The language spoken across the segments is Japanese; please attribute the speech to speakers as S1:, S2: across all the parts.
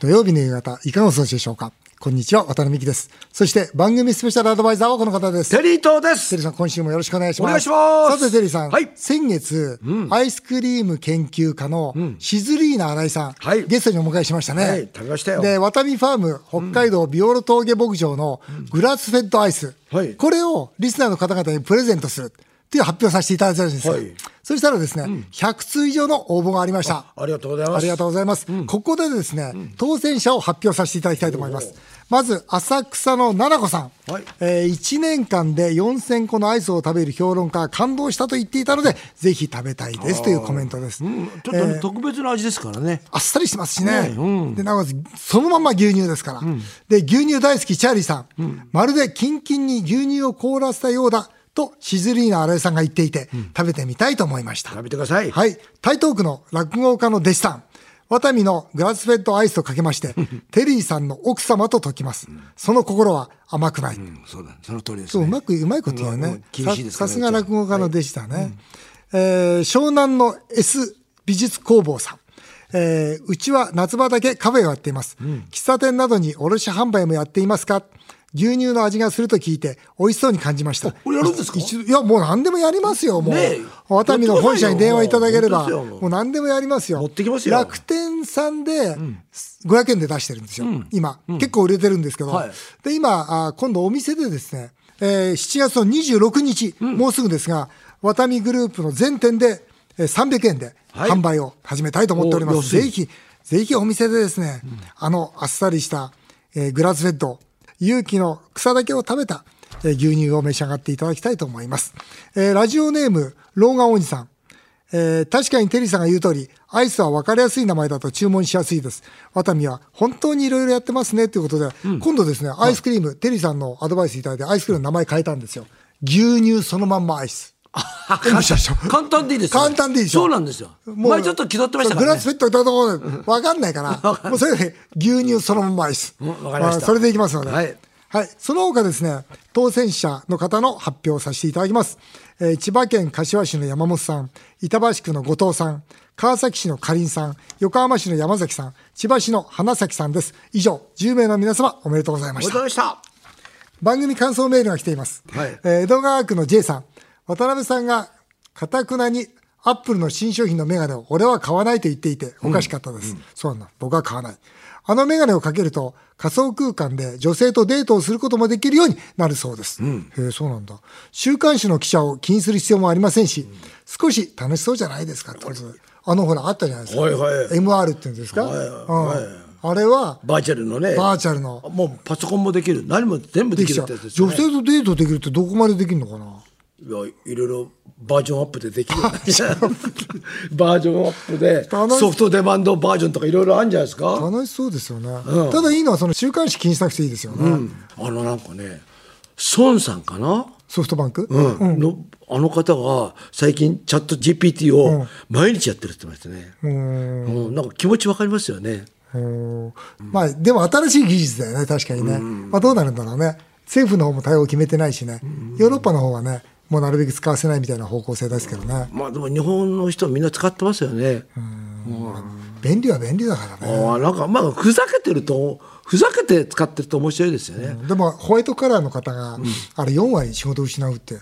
S1: 土曜日の夕方、いかがお過ごしでしょうかこんにちは、渡辺美希です。そして、番組スペシャルアドバイザーはこの方です。
S2: テリー東で
S1: テ
S2: す。
S1: リーさん、今週もよろしくお願いします。
S2: お願いします
S1: さて、テリーさん、
S2: はい
S1: 先月、アイスクリーム研究家のシズリーナ新井さん、
S2: はい
S1: ゲストにお迎えしましたね。
S2: はい食べましたよ
S1: で、ワタミファーム、北海道ビオロ峠牧場のグラスフェッドアイス、
S2: はい
S1: これをリスナーの方々にプレゼントするっていう発表させていただいたんですよ。
S2: はい
S1: そしたらですね、100通以上の応募がありました。
S2: ありがとうございます。
S1: ありがとうございます。ここでですね、当選者を発表させていただきたいと思います。まず、浅草の奈々子さん。
S2: はい
S1: え1年間で4000個のアイスを食べる評論家が感動したと言っていたので、ぜひ食べたいですというコメントです。
S2: ちょっと、ね特別な味ですからね。
S1: あっさりしてますしね。で、なおかつ、そのまんま牛乳ですから。で、牛乳大好きチャーリーさん,、まるでキンキンに牛乳を凍らせたようだと、シズリーナ新井さんが言っていて、食べてみたいと思いました。
S2: 食べてください。い。
S1: はい。台東区の落語家の弟子さん。ワタミのグラスフェッドアイスとかけまして、テリーさんの奥様と解きます。その心は甘くない。
S2: そうだ、その通りです
S1: そうう
S2: ね。
S1: まく、うまいこと言う
S2: うんう
S1: ね
S2: ん。厳しいですか
S1: さ
S2: ら
S1: さすが落語家の弟子だね。えー湘南の S 美術工房さん。えーうちは夏場だけカフェをやっています。喫茶店などに卸販売もやっていますか牛乳の味がすると聞いて美味しそうに感じました。
S2: これやるんですか
S1: 一度いや、もう何でもやりますよ、もう。
S2: ねえ
S1: ワタミの本社に電話いただければ、
S2: やってくださいよもう
S1: もう何でもやりますよ。
S2: 持ってきますよ
S1: 楽天さんで500円で出してるんですよ、今、結構売れてるんですけど、
S2: はい
S1: で今あ、今度お店でですね、えー7月の26日、もうすぐですが、ワタミグループの全店で、えー300円で
S2: はい
S1: 販売を始めたいと思っております。
S2: お安い
S1: ぜひ、ぜひお店でですね、あのあっさりした、えーグラスフェッド、勇気の草だけを食べた、えー牛乳を召し上がっていただきたいと思います。えーラジオネーム、老眼おじさん。えー確かにテリーさんが言う通り、アイスは分かりやすい名前だと注文しやすいです。ワタミは本当にいろいろやってますねということで、今度ですね、アイスクリーム、テリーさんのアドバイスいただいて、アイスクリームの名前変えたんですよ。牛乳そのまんまアイス。
S2: あ簡単簡単でいいですよ。
S1: 簡単でいいでしょ
S2: そうなんですよ。前ちょっと気取ってましたか
S1: グ
S2: ら
S1: ラ
S2: ね
S1: ス。フェットいたところで分かんない から、もうそれで牛乳そのまんまアイス。
S2: うん わかりました
S1: あそれでいきますので。
S2: はい
S1: はい、その他ですね、当選者の方の発表をさせていただきます。えー千葉県柏市の山本さん、板橋区の後藤さん、川崎市のかりんさん、横浜市の山崎さん、千葉市の花崎さんです。以上、10名の皆様、おめでとうございま
S2: お
S1: し
S2: 疲
S1: た
S2: れ。様でした。
S1: 番組感想メールが来ています、
S2: はい
S1: えー江戸川区の J さん渡辺さんがかたくなにアップルの新商品のメガネを俺は買わないと言っていておかしかったです、そうなんだ僕は買わないあのメガネをかけると仮想空間で女性とデートをすることもできるようになるそうです、へえそうなんだ週刊誌の記者を気にする必要もありませんし、少し楽しそうじゃないですかってことであのほらあったじゃないですか、
S2: はいはい
S1: MR っていうんですか、うん、あれは
S2: バーチャルのね。
S1: バーチャルの
S2: もうパソコンもできる。何も全部で
S1: で
S2: き
S1: き
S2: る
S1: ち
S2: っ
S1: ゃ
S2: て
S1: う
S2: やつで
S1: 女
S2: すよね。
S1: 性とデートできるってどこまでできるのかない
S2: やいろいろバージョンアップでできるようにな っちゃうバージョンアップで
S1: 楽しい
S2: ソフトデマンドバージョンとかいろいろあるんじゃないですか
S1: 楽しそうですよね、ただいいのはその週刊誌気にしなくていいですよね、
S2: あのなんかね孫さんかな、
S1: ソフトバンク、
S2: うんのあの方が最近チャット GPT を毎日やってるって言ってましたね、うんなんか気持ちわかりますよね
S1: うんまあでも新しい技術だよね確かにね、まあ、どうなるんだろうね政府の方も対応決めてないしね、ヨーロッパの方はねもうなるべく使わせないみたいな方向性ですけどね、
S2: まあでも日本の人みんな使ってますよね、
S1: 便利は便利だからね、
S2: ああなんかまあふざけてるとふざけて使ってると面白いですよね、
S1: でもホワイトカラーの方が、あれ4割仕事を失うって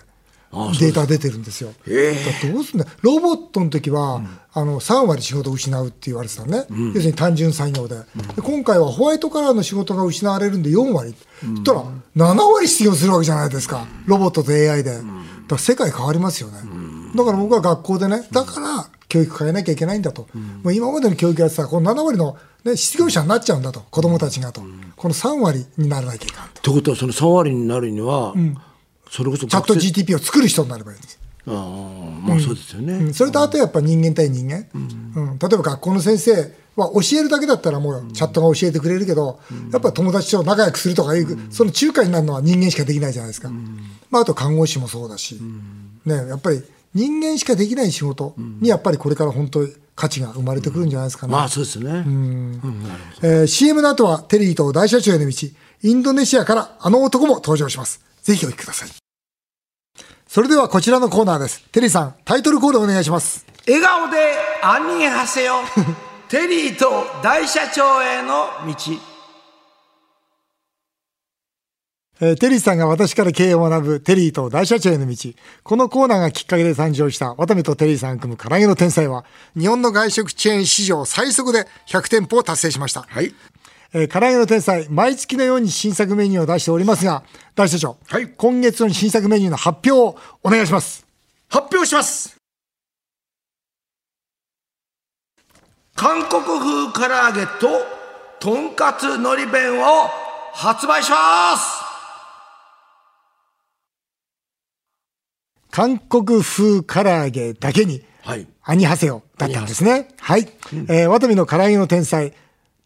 S1: データ出てるんですよ
S2: え
S1: だからどうすんだロボットの時は、あの3割仕事を失うって言われてたのね、要するに単純作業で,で、今回はホワイトカラーの仕事が失われるんで4割、言ったら7割失業するわけじゃないですかロボットと AI で、だから世界変わりますよね、だから僕は学校でねだから教育変えなきゃいけないんだと、もう今までの教育やってたらこの7割の、ね、失業者になっちゃうんだと子どもたちがと、この3割にならなきゃいかんと
S2: ってことはその3割になるには、それこそ
S1: チャット
S2: 学生
S1: GTP を作る人になればいいんです
S2: ああまあそうですよね、
S1: うんそれとあとやっぱ人間対人間、うん例えば学校の先生は教えるだけだったらもうチャットが教えてくれるけど、やっぱ友達と仲良くするとかいう、その中華になるのは人間しかできないじゃないですか、まあ、あと看護師もそうだし、ね、やっぱり人間しかできない仕事にやっぱりこれから本当に価値が生まれてくるんじゃないですかね、
S2: まあそうですね、
S1: えー CM の後はテリーと大社長への道インドネシアからあの男も登場しますぜひお聞きくださいそれではこちらのコーナーですテリーさんタイトルコールお願いします
S2: 笑顔で「アンニーハセよ」テリーと大社長への道。
S1: えーテリーさんが私から経営を学ぶテリーと大社長への道。このコーナーがきっかけで誕生した渡部とテリーさんが組む唐揚げの天才は、日本の外食チェーン史上最速で100店舗を達成しました。
S2: はい。
S1: えー、唐揚げの天才、毎月のように新作メニューを出しておりますが、大社長、
S2: はい
S1: 今月の新作メニューの発表をお願いします。
S2: 発表します韓国風唐揚げととんかつのり弁を発売します
S1: 韓国風唐揚げだけに、
S2: はい
S1: アニハセヨだったんですね。はい。えー、ワタミの唐揚げの天才、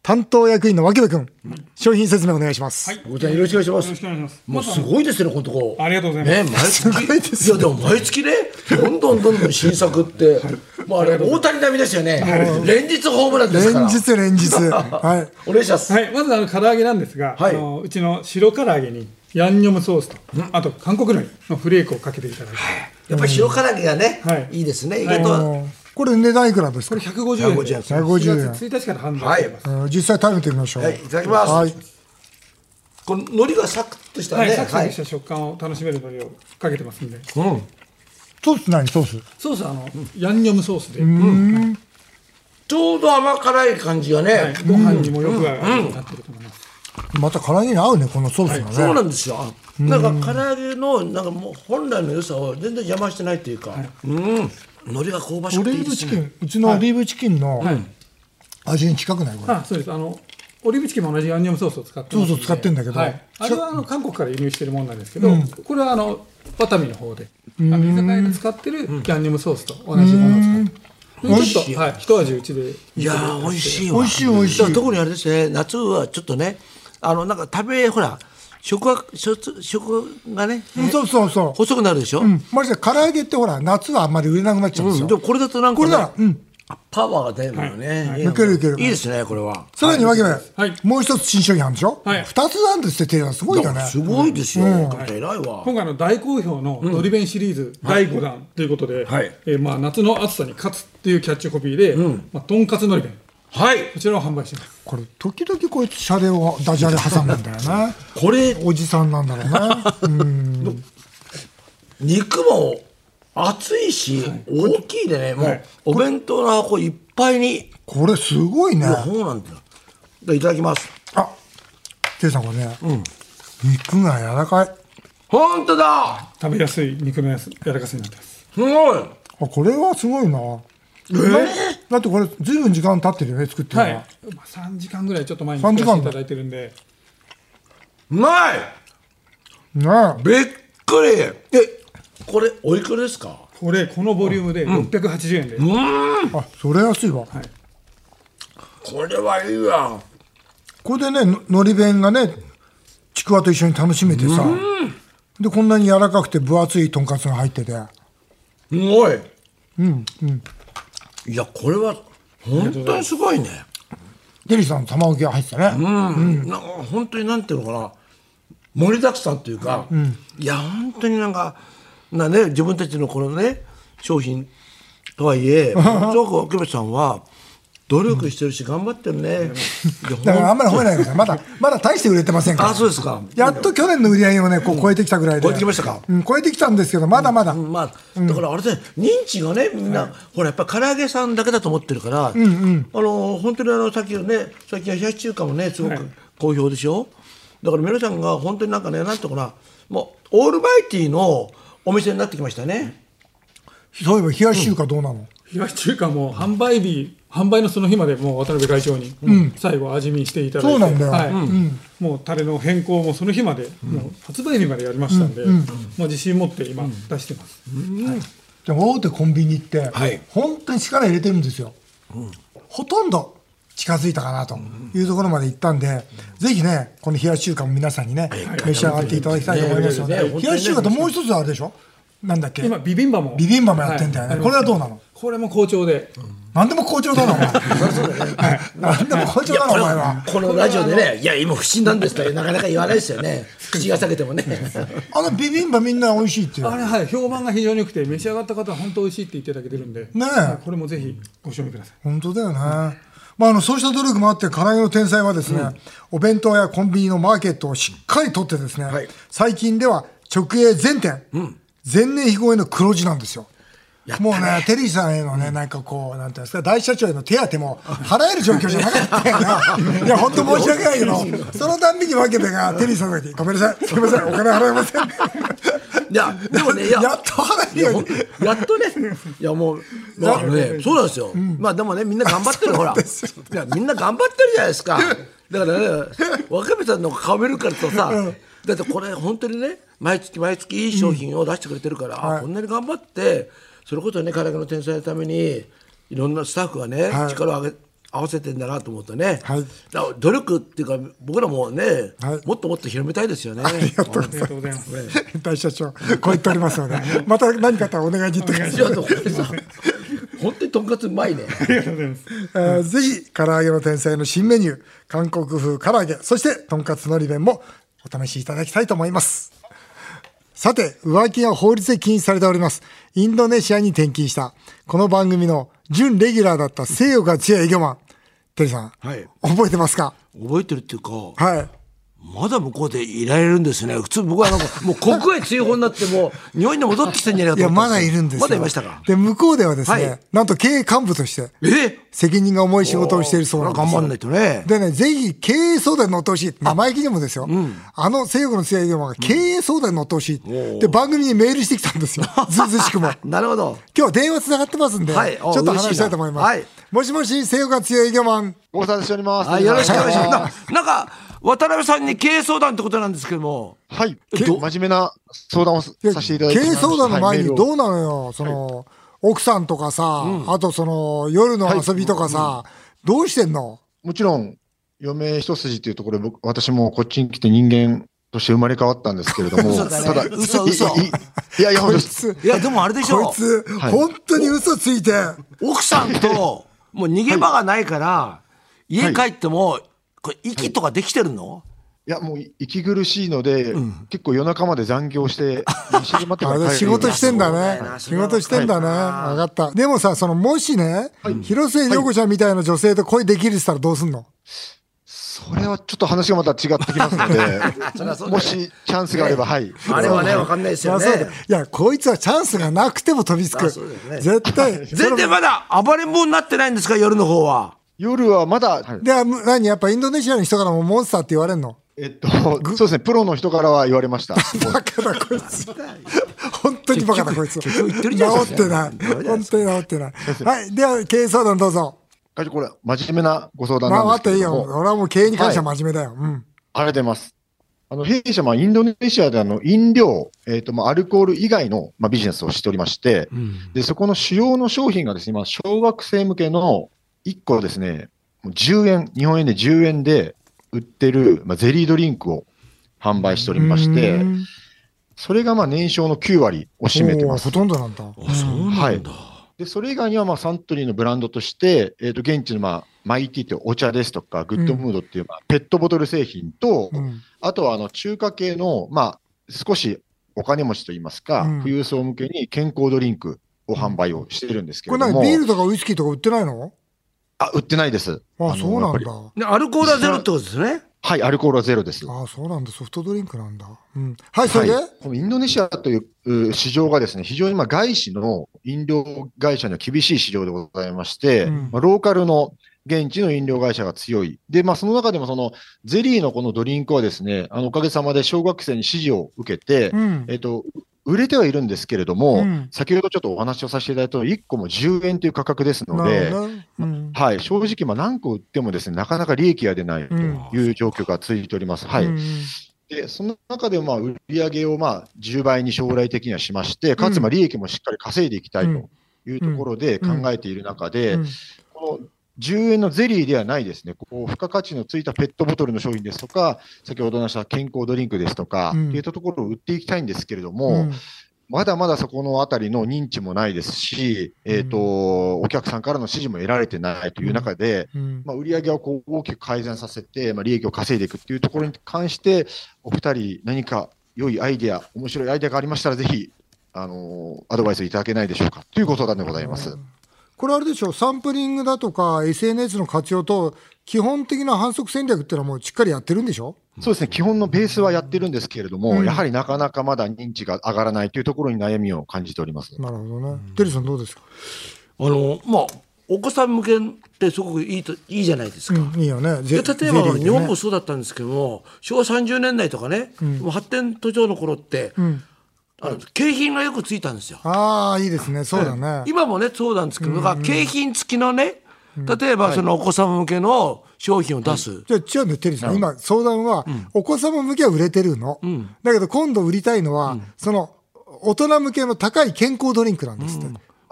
S1: 担当役員の脇部君、商品説明お願いします。
S3: はい
S2: ごちゃんよろしくお願いし
S3: よろ
S2: ま
S3: し
S2: す
S3: くお願いします。
S2: もうすごいですねこのとこ
S3: ありがとうございます
S2: ね毎月いやでも毎月ねどんどんどんどん新作ってまああれ大谷並みですよね連日ホームランですから
S1: 連日連 日。はい。
S2: お願いします
S3: はい、まずあの唐揚げなんですが、
S2: はい
S3: あのうちの白唐揚げにヤンニョムソースと、あと韓国海苔のフレークをかけていただいて、
S2: やっぱり塩唐揚げがね
S3: はい
S2: いいですね意外と
S1: これ値段いくらです
S3: こ
S1: か
S3: れ150円で
S2: 150円
S1: 150円
S3: 4月1日から販売しています。
S1: あの実際食べてみましょう。
S2: はいいただきます
S1: はい。
S2: この海苔がサクッとした
S3: はい、
S2: ね
S3: サクサクした食感を楽しめるのをかけてますんで、
S2: うん
S1: ソース何ソース
S3: ソースはあの、ヤンニョムソースで、
S2: ちょうど甘辛い感じがね、
S3: はいご飯にもよく合うようになってると思います。
S1: また唐揚げに合うね、このソースがね。
S2: そうなんですよ。なんか唐揚げのなんかもう本来の良さを全然邪魔してないというか、うん、海苔が香ばし
S1: オ
S2: くて
S1: リ
S2: いい
S1: ー
S2: で
S1: ブ
S2: す
S1: チキ
S2: ね。
S1: ン、うちのオリーブチキンの味に近くないこれ。
S3: あ、そうです。あのオリーブチキンも同じヤンニョムソースを使ってます
S1: ソースを使ってんだけど
S3: はいあれはあの韓国から輸入してるものなんですけど、これはあのワタミの方で、あの居酒屋で使ってるヤンニョムソースと同じものを使ってます。でちょっとはい一味うちで
S2: いやー美味しいわ。
S1: 美味しい美味しい
S2: だから特にあれですね、夏はちょっとね、あのなんか食べほら食が食食がね、
S1: そうそうそう。
S2: 細くなるでしょ。う。
S1: うんん。まじで唐揚げってほら、夏はあんまり売れなくなっちゃうんです
S2: で
S1: よ。
S2: もこれだとなんか、
S1: これ
S2: ね、
S1: なら、うん。
S2: パワーが出るのよね。いい
S1: いけるいける
S2: いいですねこれは。
S1: さらにわけば
S3: はい、
S1: もう一つ新商品あるんでしょ
S3: はい
S1: 二つなんですって、テレはすごいよね。
S2: すごいですよ。偉いわ。
S3: 今回の大好評ののり弁シリーズ第5弾ということで、
S2: はい
S3: えーまあ夏の暑さに勝つっていうキャッチコピーで、まあとんかつのり弁
S2: はい。
S3: こちらを販売してます。
S1: これ、時々こいつ、シャレを、ダジャレ挟むん だよね。
S2: これ
S1: おじさんなんだろうね。うん。
S2: 肉も厚いし、大きいでね、もうお弁当の箱いっぱいに、
S1: これ、すごいね。
S2: そうなんだよでいただきます
S1: あ、テイさんこれね、肉が柔らかい。
S2: 本当だ
S3: 食べやすい肉のやす柔らかさになってます。
S2: すごい
S1: あ、これはすごいな。だだってこれずいぶん時間経ってるよね作ってる
S3: は
S1: の
S3: い
S1: が、。
S3: まあ三時間ぐらいちょっと前に
S1: 三時間
S3: いただいてるんで。
S2: うまい
S1: ね
S2: びっくりえこれおいくらですか
S3: これこのボリュームで680円で、
S2: うーん
S1: えあそれ安いわ、
S2: これはいいわ
S1: これでねののり弁がねちくわと一緒に楽しめてさ、でこんなに柔らかくて分厚いとんかつが入ってて
S2: すごいうんうんいやこれは本当にすごいね
S1: デリさんの卵焼きが入ってたね、
S2: うん、なんか本当になんていうのかな盛りだくさんというか、いや本当になんかなね自分たちのこのね商品とはい えすごく奥部さんは努力してるし頑張ってるね、い
S1: だ
S2: や
S1: からあん
S2: ほん
S1: まり褒めないでくださいまだまだ大して売れてませんから
S2: あそうですか
S1: やっと去年の売り上げをねこう超えてきたぐらいで、
S2: 超えてきましたか
S1: うん、超えてきたんですけどまだまだ、
S2: まあだからあれで認知がねみんな、ほらやっぱ唐揚げさんだけだと思ってるから、あの本当にあのさっきのね最近は冷やし中華もねすごく好評でしょ、だから皆さんが本当になんかねなんとかなもうオールバイティーのお店になってきましたね、
S1: そういえば冷やし中華どうなの、
S3: 冷やし中華も販売日販売のその日までもう渡辺会長に最後味見していただい
S1: そう
S3: て、
S1: なんだよ
S3: はい
S1: うん
S3: もうタレの変更もその日まで、もう発売日までやりましたんで、もう自信持って今出してます、
S1: でも大手コンビニって、
S2: はい
S1: 本当に力入れてるんですよ、ほとんど近づいたかなというところまで行ったんで、ぜひねこの冷やし中華も皆さんにね、召し上がっていただきたいと思いますよね
S2: ねね
S1: 冷やし中華ともう一つあれでしょなんだっけ
S3: 今ビビンバも
S1: ビビンバもやってんだよね
S3: い
S1: これはどうなの
S3: これも好調で、
S1: 何でも好調だなお前 はい何でも好調だなお前は
S2: このラジオでね、いや、今、不審なんですって、なかなか言わないですよね、 口が裂けてもね。
S1: あのビビンバみんな美味しいっていう
S3: あれはい評判が非常に良くて召し上がった方は本当美味しいって言っていただけてるんで、
S1: ねえ
S3: はいこれもぜひご賞味ください
S1: 本当だよねまあ、あのそうした努力もあって唐揚げの天才はですね、お弁当やコンビニのマーケットをしっかりとってですね、
S2: はい
S1: 最近では直営全店、前年比超えの黒字なんですよ。
S2: やったね
S1: もうね、テリーさんへのね、なんかこう、なんていうんですか、大社長への手当も払える状況じゃなかったよな。 いや、本当申し訳ないけど、そのたんびにわけべが、テリーさんだけ、ごめんなさい、すみません、お金払えません。
S2: いやでもねいや
S1: やっと払え
S2: い
S1: る
S2: や
S1: よう
S2: ほん
S1: に。
S2: やっとね いやもう、まああのね、そうなんですよ、まあでもねみんな頑張ってるほらいやみんな頑張ってるじゃないですかだからね若部さんの顔見るからとさ、だってこれ本当にね毎月毎月いい商品を出してくれてるから、あ
S1: はい
S2: こんなに頑張ってそれこそね唐揚げの天才のためにいろんなスタッフがね、
S1: はい
S2: 力を上げ合わせてんだなと思ってね、
S1: はい
S2: だから努力っていうか僕らもね、
S1: はい
S2: もっともっと広めたいですよね。
S3: ありがとうございます。
S1: 大社長、こう言っておりますので、また何かあったらお願いに行ってくだ
S2: い
S1: さい
S2: や。でもこれさ本当にとんかつうまいね。
S1: えーぜひ、唐揚げの天才の新メニュー、韓国風唐揚げ、そして、とんかつのり弁もお試しいただきたいと思います。さて、浮気が法律で禁止されております。インドネシアに転勤した、この番組の準レギュラーだった西洋が強い営業マン、テリーさん、
S2: はい
S1: 覚えてますか
S2: 覚えてるっていうか、
S1: はい。
S2: まだ向こうでいられるんですね。普通僕 はなんかもう国外追放になってもう日本に戻ってきてんじゃな
S1: い
S2: いかと
S1: や、
S2: 思
S1: ま
S2: った
S1: だいるんですよ。
S2: まだいましたか。
S1: で、向こうではですね、
S2: はい
S1: なんと経営幹部として、
S2: え？
S1: 責任が重い仕事をしているそうなんですよ
S2: 頑張んないとね。
S1: でね、ぜひ経営相談に乗ってほしい。生意気でもですよ。あの西洋の強い電話が経営相談に乗ってほしい。で、番組にメールしてきたんですよ。ずうずうしくも。
S2: なるほど。
S1: 今日電話つながってますんで、
S2: はい
S1: ちょ
S2: お
S1: っと話したいと思います。
S2: 嬉しいな
S1: もしもし、西洋が強い営業マン。
S4: ご無沙汰しております。
S2: あよろしくお願いし
S4: は
S2: ます。ななんか渡辺さんに経営相談ってことなんですけども、
S4: はい。結構真面目な相談をさ
S1: いや
S4: させ
S1: 経
S4: て
S1: 営
S4: いただいてます。
S1: 相談の前に
S4: う
S1: どうなのよ。その、奥さんとかさ、あとその、夜の遊びとかさ、どうしてんの
S4: もちろん、嫁一筋っていうところで僕、私もこっちに来て人間として生まれ変わったんですけれど も、
S2: 嘘だね
S4: ただ、
S2: 嘘嘘
S4: いいいやいや、
S1: こ
S4: 本当
S1: い
S4: です。
S1: つ、
S2: いやでもあれでし
S1: こ
S2: ょ
S1: い。つ、
S4: い
S1: 本当に嘘ついて、
S2: 奥さんともう逃げ場がないから家帰ってもこれ息とかできてるの？
S4: いや、もう息苦しいので、結構夜中まで残業して、2 時間待ってか
S1: あ
S4: ら帰
S1: れ
S4: る
S1: 仕事してんだ
S2: はい
S1: ね。仕事してんだね。
S2: は
S1: 分かった。でもさ、その、もしね、広末涼子ちゃんみたいな女性と恋できるって言ったらどうすんの
S4: それはちょっと話がまた違ってきますの
S2: そりゃそうだよね
S4: で、もしチャンスがあれば、はい。
S2: あれはねわかんないですよ
S1: そりゃそう
S2: ね
S1: だ。いや、こいつはチャンスがなくても飛びつ
S2: あ
S1: く。
S2: そうだよね
S1: 絶対。
S2: 全然まだ暴れん坊になってないんですか夜の方は。
S4: 夜はまだ、はい
S1: で、あむ何やっぱインドネシアの人からもモンスターって言われんの
S4: えっと、そうですね、プロの人からは言われました。
S1: バカだこい つ。本当にバカだこいつ。
S2: 結局言ってるじゃん
S1: 治ってない。
S2: ダメじゃない
S1: 本当に治ってない。はい。では、経営相談どうぞ。
S4: 会長、これ、真面目なご相談
S1: ま
S4: な
S1: あ、
S4: ん
S1: 待っ
S4: ですけ
S1: ていい
S4: れど
S1: よ。
S4: も、
S1: 俺はもう経営に関しては真面目だよ。うん。
S4: ありがとうございます。あの弊社、まあ、インドネシアであの飲料、えっとまあ、アルコール以外の、まあ、ビジネスをしておりまして、でそこの主要の商品がですね、今、小学生向けの1個ですね、もう10円、日本円で10円で売ってる、まあ、ゼリードリンクを販売しておりまして、それがまあ年商の9割を占めてま
S1: お
S4: す
S1: ーほ。とんどなんだ。
S2: あそう
S4: はい。で、それ以外には、まあ、サントリーのブランドとして、えっ、と、現地の、まあ、マイティーというお茶ですとか、グッドムードっていう、まあ、ペットボトル製品と、
S1: うん。
S4: あとは、あの、中華系の、まあ、少しお金持ちといいますか、
S1: うん
S4: 富裕層向けに健康ドリンクを販売をしてるんですけ
S1: これ
S4: れど
S1: 何
S4: も、
S1: ビールとかウイスキーとか売ってないの
S4: あ、売ってないです。
S1: あ
S4: の
S1: そうな
S4: やっぱ
S1: ん
S4: り
S1: だ。
S2: でアルコールはゼロってことですね。
S4: はい、アルコールはゼロです。
S1: あそうなんだ。ソフトドリンクなんだ。うん。はい、それで、
S4: はいこのインドネシアというう市場がですね、非常にまあ外資の飲料会社には厳しい市場でございまして、
S1: うん
S4: まあ、ローカルの現地の飲料会社が強い。で、まあ、その中でもそのゼリーのこのドリンクはですね、あのおかげさまで小学生に支持を受けて、
S1: うん。
S4: えっと、売れてはいるんですけれど
S1: う
S4: も、
S1: ん
S4: 先ほどちょっとお話をさせていただいた1個も10円という価格ですので、
S1: どね。うん。
S4: はい、正直、まあ何個売ってもですね、なかなか利益が出ないという状況が続いております。はい。
S1: うん
S4: で、その中で、まあ、売り上げを、まあ、10倍に将来的にはしまして、かつ、まあ、利益もしっかり稼いでいきたいというところで
S1: うん
S4: 考えている中で、
S1: うん
S4: この10円のゼリーではないですね、こう、付加価値のついたペットボトルの商品ですとか、先ほど話した健康ドリンクですとか、
S1: うん
S4: っていったところを売っていきたいんですけれども、
S1: うん
S4: まだまだそこのあたりの認知もないですし、えっ、と、お客さんからの支持も得られてないという中で、
S1: うん
S4: まあ、売り上げをこう大きく改善させて、まあ、利益を稼いでいくっていうところに関して、お二人、何か良いアイデア、面白いアイデアがありましたら、ぜひ、あのーアドバイスいただけないでしょうかというご相談でございます。
S1: これあれでしょ、サンプリングだとか SNS の活用と、基本的な反則戦略っていうのはもうしっかりやってるんでしょ
S4: そうですね、基本のベースはやってるんですけれども、やはりなかなかまだ認知が上がらないというところに悩みを感じております。
S1: なるほどね。テリーさんどうですか
S2: あのまあお子さん向けってすごくいいといいじゃないですか。
S1: うん、いいよね。
S2: で
S1: ぜ
S2: 例えば、
S1: ゼリーでね
S2: 日本もそうだったんですけども昭和30年代とかね、もう発展途上の頃って、あの景品がよくついたんですよ。
S1: ああ、いいですね。そうだね。
S2: 今もねそうなんですけど、だから景品付きのね例えばそのお子様向けの商品を出す、
S1: じゃあ違うんだよ、テリーさん。今、相談は、お子様向けは売れてるの。だけど今度売りたいのは、その、大人向けの高い健康ドリンクなんですって。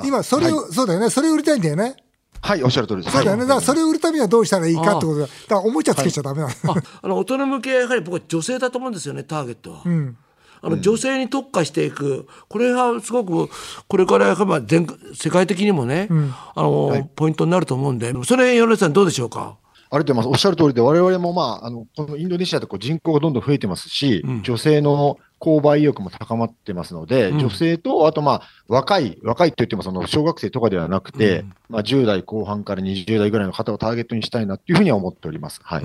S1: 今、それを、そうだよね。それを売りたいんだよね。
S4: はい、おっしゃる通りです。
S1: そうだよね。だ
S4: は
S1: からそれを売るためにはどうしたらいいかってことだ。だからおもちゃつけちゃダメなの。
S2: ああの大人向けはやはり僕は女性だと思うんですよねターゲットは。あの女性に特化していくこれはすごくこれからやはり全世界的にもね、あのポイントになると思うんでそれ米津さんどうでしょうか
S4: ありがとうございます。おっしゃる通りで、我々もまあ、あの、このインドネシアってこう人口がどんどん増えてますし、女性の購買意欲も高まってますので、女性と、あとまあ、若い、若いといってもその小学生とかではなくて、まあ、10代後半から20代ぐらいの方をターゲットにしたいなっていうふうには思っております。はい。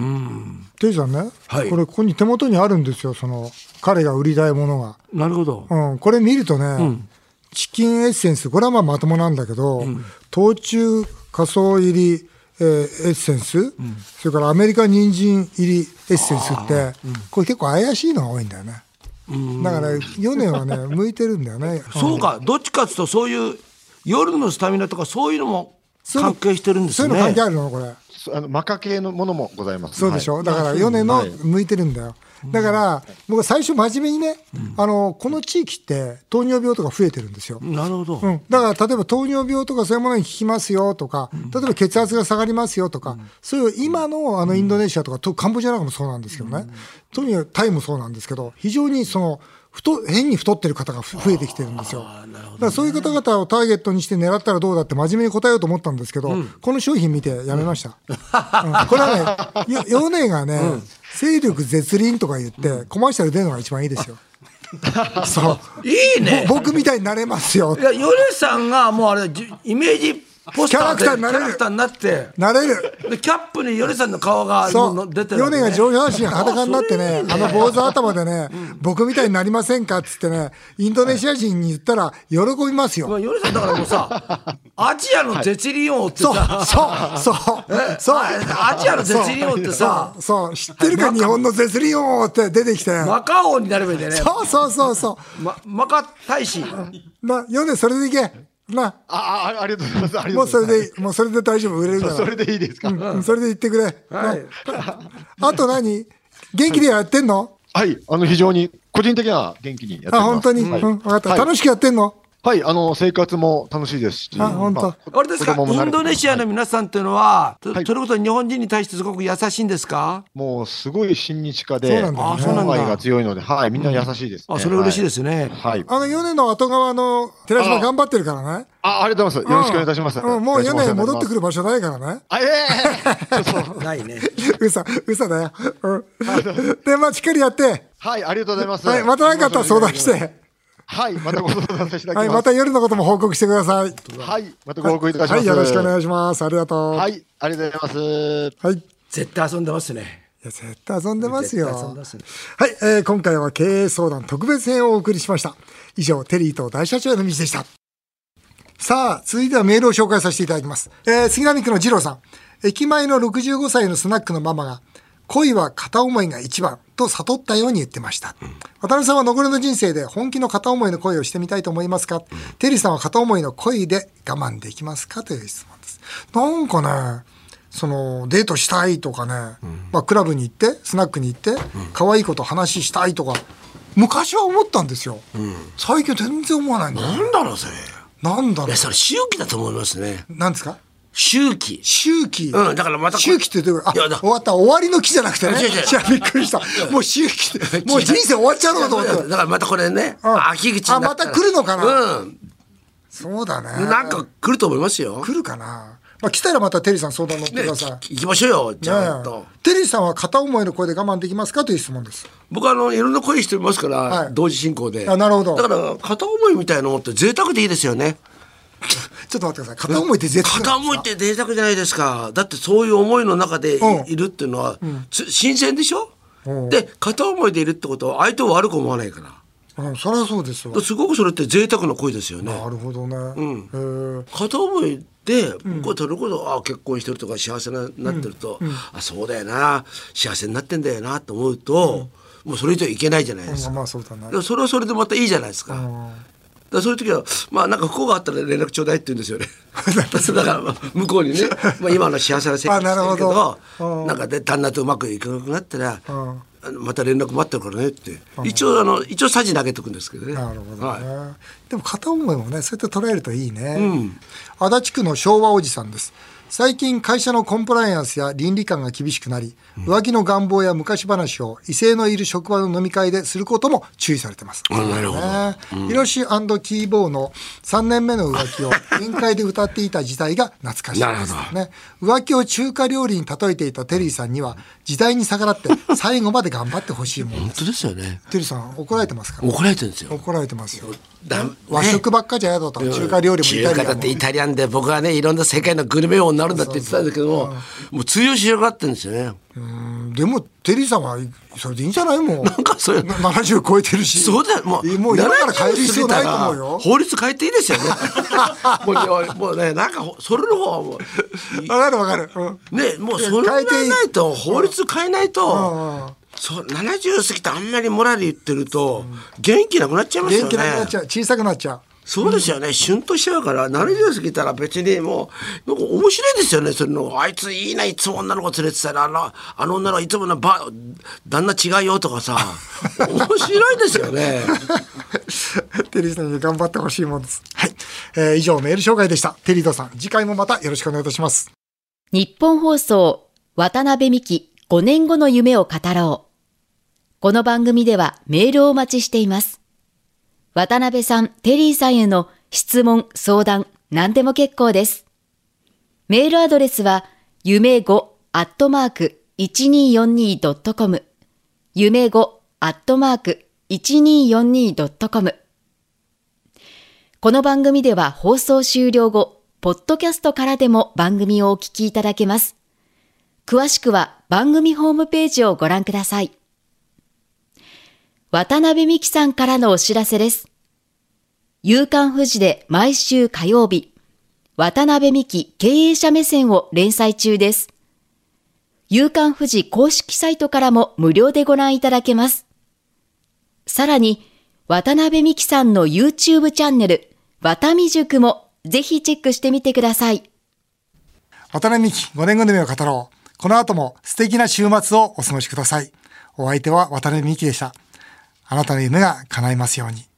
S1: テリーさんね、
S2: はい
S1: これここに手元にあるんですよ。その、彼が売りたいものが。
S2: なるほど、
S1: うん、これ見るとね、チキンエッセンス、これはまあまともなんだけど、冬中仮想入り、えーエッセンス、それからアメリカ人参入りエッセンスって、これ結構怪しいのが多いんだよね。だから、ヨネ はね、向いてるんだよね。
S2: そうかどっちかっていうとそういう夜のスタミナとかそういうのも
S1: そういう
S2: 関
S1: の
S2: 係してるんです
S1: そう
S2: ね
S1: いうの関係あるのこれ。
S4: そあの、マカ系のものもございます。
S1: そうでしょ、
S4: はい
S1: だから米
S4: は
S1: の
S4: い
S1: 向いてるんだよ。だから、僕は最初真面目にね、あの、この地域って糖尿病とか増えてるんですよ。
S2: なるほど、
S1: うん、だから例えば糖尿病とかそういうものに効きますよとか、例えば血圧が下がりますよとか、そういう今のあのインドネシアとか、とカンボジアなんかもそうなんですけどね、とにかくタイもそうなんですけど、非常にその太変に太ってる方がふ増えてきてるんですよ。だからそういう方々をターゲットにして狙ったらどうだって真面目に答えようと思ったんですけど、この商品見てやめました。 うんこれはね、よヨネがね、勢力絶倫とか言って、コマーシャル出るのが一番いいですよ。そう。
S2: いいね
S1: ぼ僕みたいになれますよ
S2: い。や米津さんがもうあれじイメージポスターで
S1: キャラクターになれる
S2: キャラクターになって
S1: なれる。
S2: でキャップに米津さんの顔が
S1: そ
S2: の
S1: う、
S2: 出てるわ
S1: ヨ
S2: け
S1: ネ
S2: ね
S1: が上半身裸になってね、あの坊主頭でね、僕みたいになりませんかっつってね、インドネシア人に言ったら喜びます
S2: ま
S1: よ。
S2: あ、ヨネさんだからもうさ、 アジアの絶倫王って
S1: そう、
S2: さ、
S1: そう、そう、そう。
S2: あアジアの絶倫王ってさ
S1: そう、そう、知ってるか日本の絶倫王って出てきて。
S2: マカオになればいいんだよね。
S1: そうそうそうそ
S2: ま、マカ大使。
S1: う。な、ヨネそれでいけ。な、
S4: ああ、ありがとうございます。ありが
S1: も
S4: と
S1: う
S4: うござ
S1: それ
S4: います。
S1: でいい。もうそれで大丈夫、売れるか
S4: そ
S1: ら。
S4: それでいいですか、
S1: うんそれで言ってくれ。
S2: はい
S1: なあと何元気でやってんの
S4: はい。あの、非常に個人的には元気にやっておりま
S1: あ、
S4: す。
S1: 本当に。うん、
S4: はい
S1: 分かった。
S4: はい
S1: 楽しくやってんの
S4: はい、あの、生活も楽しいですし。
S1: あ本当
S4: ま
S2: あれですか、
S4: 子供も
S2: イ
S4: 慣れ
S2: ン
S4: て
S2: ドネシアの皆さんっていうのは、そ
S4: はい
S2: それこそ日本人に対してすごく優しいんですか
S4: もう、すごい親日家
S1: そう
S4: で、
S1: なんだよねあそう
S2: なんだ
S4: 愛が強いので、はい、みんな優しいです、ね。
S2: あ、それ嬉しいですすね。
S4: はい。
S1: あの、米の後側の寺島
S4: あ
S1: 頑張ってるからね。
S4: あ、ありがとうございます。よろしくお願いいたします。
S1: うん、もう
S4: よ
S1: 米
S4: ろしくお願いいたします
S1: 戻ってくる場所ないからね。
S4: あ、ええ ちょっと
S2: ないね。
S1: 嘘、嘘だよ。うん。で、まあ、しっかりやって。
S4: はい、ありがとうございます。
S1: はい、また何かあったら相談し。て。
S4: はい、またご相談させていただ
S1: はい、
S4: きま。
S1: ますた夜のことも報告してください。
S4: はい、またご報告いたします。
S1: はい、よろしくお願
S4: い
S1: いします。ありがとう。
S4: は
S1: はい。
S4: い、ありがとうございます。
S1: い
S2: 絶対遊んでますね。
S1: や、絶対遊んでますよ。
S2: 絶対遊んでますね
S1: はい、えー今回は経営相談特別編をお送りしました。以上、テリーと大社長への道でした。さあ、続いてはメールを紹介させていただきます。えー杉並区の二郎さん。駅前の65歳のスナックのママが、恋は片思いが一番と悟ったように言ってました。渡辺さんは残りの人生で本気の片思いの恋をしてみたいと思いますか、テリーさんは片思いの恋で我慢できますかという質問です。なんかね、そのデートしたいとかね、まあ、クラブに行ってスナックに行って、可愛い子と話したいとか昔は思ったんですよ、最近全然思わないんだよ
S2: なんだろう、それ。い
S1: なんだろ
S2: や、それ、周期だと思いますね。
S1: うなんですか
S2: 周期。
S1: 周期、
S2: うん、だからまた。
S1: 周期ってどういうあ
S2: いやだ
S1: 終わった終わりの期じゃなくてね
S2: 違う違う
S1: いやびっくりしたもう周期 ってもう人生終わっちゃうのかと思
S2: だ
S1: っ
S2: か
S1: て
S2: らまたこれね、
S1: うん
S2: 秋口になった
S1: あまた
S2: ら
S1: 来るのかな
S2: うん
S1: そうだね
S2: なんか来ると思いますよ。
S1: 来るかな、まあ、来たらまたテリーさん相談乗って
S2: ね、
S1: ください、
S2: 行きましょうよ、ちゃんと。
S1: ねえテリーさんは片思いの声で我慢できますかという質問です
S2: 僕あのいろんな恋してますから、
S1: はい
S2: 同時進行で
S1: あなるほど
S2: だから片思いみたいなのって贅沢でいいですよね
S1: ちょっと待ってください。片思いって絶対。
S2: 片思いって贅沢じゃないですかだってそういう思いの中でい,、
S1: うん
S2: るっていうのは、つ新鮮でしょ、で片思いでいるってことは相手を悪く思わないからだか
S1: うん、そりゃそうですわ
S2: ら。すごくそれって贅沢な恋ですよね
S1: なるほどね。
S2: ん
S1: へー
S2: 片思いで、こうそれこそあ結婚してるとか幸せななってると、あそうだよな幸せになってんだよなと思うと、もうそれ以上いけないじゃないですか。
S1: まあそうだな
S2: で。もそれはそれでまたいいじゃないですか。だからそういう時は、まあなんか不幸があったら連絡ちょうだいって言 うんですよね。だからまあ向こうにね、まあ今の幸せな生活してるけ
S1: あなる
S2: ど、
S1: ほどうん
S2: なんかで旦那とうまくいかなくなったら、
S1: ん
S2: あのまた連絡待ってるからねって、一応あの一応さじ投げておくんですけどね。
S1: なるほど
S2: はい
S1: ね、でも片思いもねそうやって捉えるといいね、足立区の昭和おじさんです最近会社のコンプライアンスや倫理観が厳しくなり、浮気の願望や昔話を異性のいる職場の飲み会ですることも注意されてます。
S2: あなるほど
S1: ねヒロシキーボーの3年目の浮気を宴会で歌っていた時代が懐かしいですね。浮気を中華料理に例えていたテリーさんには時代に逆らって最後まで頑張ってほしいもん
S2: 本
S1: です。
S2: 当ですよね。
S1: テリーさん怒られてますから
S2: 怒られてるんですよ。
S1: 怒られてますよ。
S2: だ
S1: 和食ばっかじゃやだと、中華料理もイタ
S2: 中華
S1: リア
S2: だっ
S1: ン
S2: てイ
S1: も
S2: タリアンで僕はねいろんな世界のグルメ王になるんだって言ってたんですけどももう通用しやがってるんですよね
S1: うんでもテリーさんはそれでいいんじゃないもう
S2: なんかそういう
S1: 70超えてるし
S2: そうだよもう
S1: もう今から変える
S2: 70
S1: 必要ないと思う
S2: 過ぎたら
S1: よ
S2: 法律変えていいですよ ねもうねもうねなんかほそれの方はも
S1: わかるわかる、うん
S2: うねもうそれ
S1: 変えていい
S2: 変えないと法律変えない
S1: ん
S2: とそう70過ぎてあんまりモラル言ってると元気なくなっちゃいますよ
S1: 元
S2: ね
S1: 気なくなっちゃう小さくなっちゃう
S2: そうですよね、シュンとしちゃうから70過ぎたら別にもうなんか面白いですよねそれのあいついいないつも女の子連れてたらあのあの女の子いつものば旦那違うよとか さ面白いですよね。
S1: テリーさんに頑張ってほしいもんですはい、えー以上メール紹介でしたテリーとさん次回もまたよろしくお願いいたします
S5: 日本放送渡辺美希5年後の夢を語ろう。この番組ではメールをお待ちしています。渡辺さん、テリーさんへの質問、相談、何でも結構です。メールアドレスは夢5アットマーク 1242.com 夢5アットマーク 1242.com この番組では放送終了後、ポッドキャストからでも番組をお聞きいただけます。詳しくは番組ホームページをご覧ください。渡辺美希さんからのお知らせです。夕刊富士で毎週火曜日、渡辺美希経営者目線を連載中です。夕刊富士公式サイトからも無料でご覧いただけます。さらに、渡辺美希さんの YouTube チャンネル、渡美塾もぜひチェックしてみてください。
S1: 渡辺美希5年後の夢を語ろうこの後も素敵な週末をお過ごしくださいお相手は渡辺美希でしたあなたの夢が叶いますように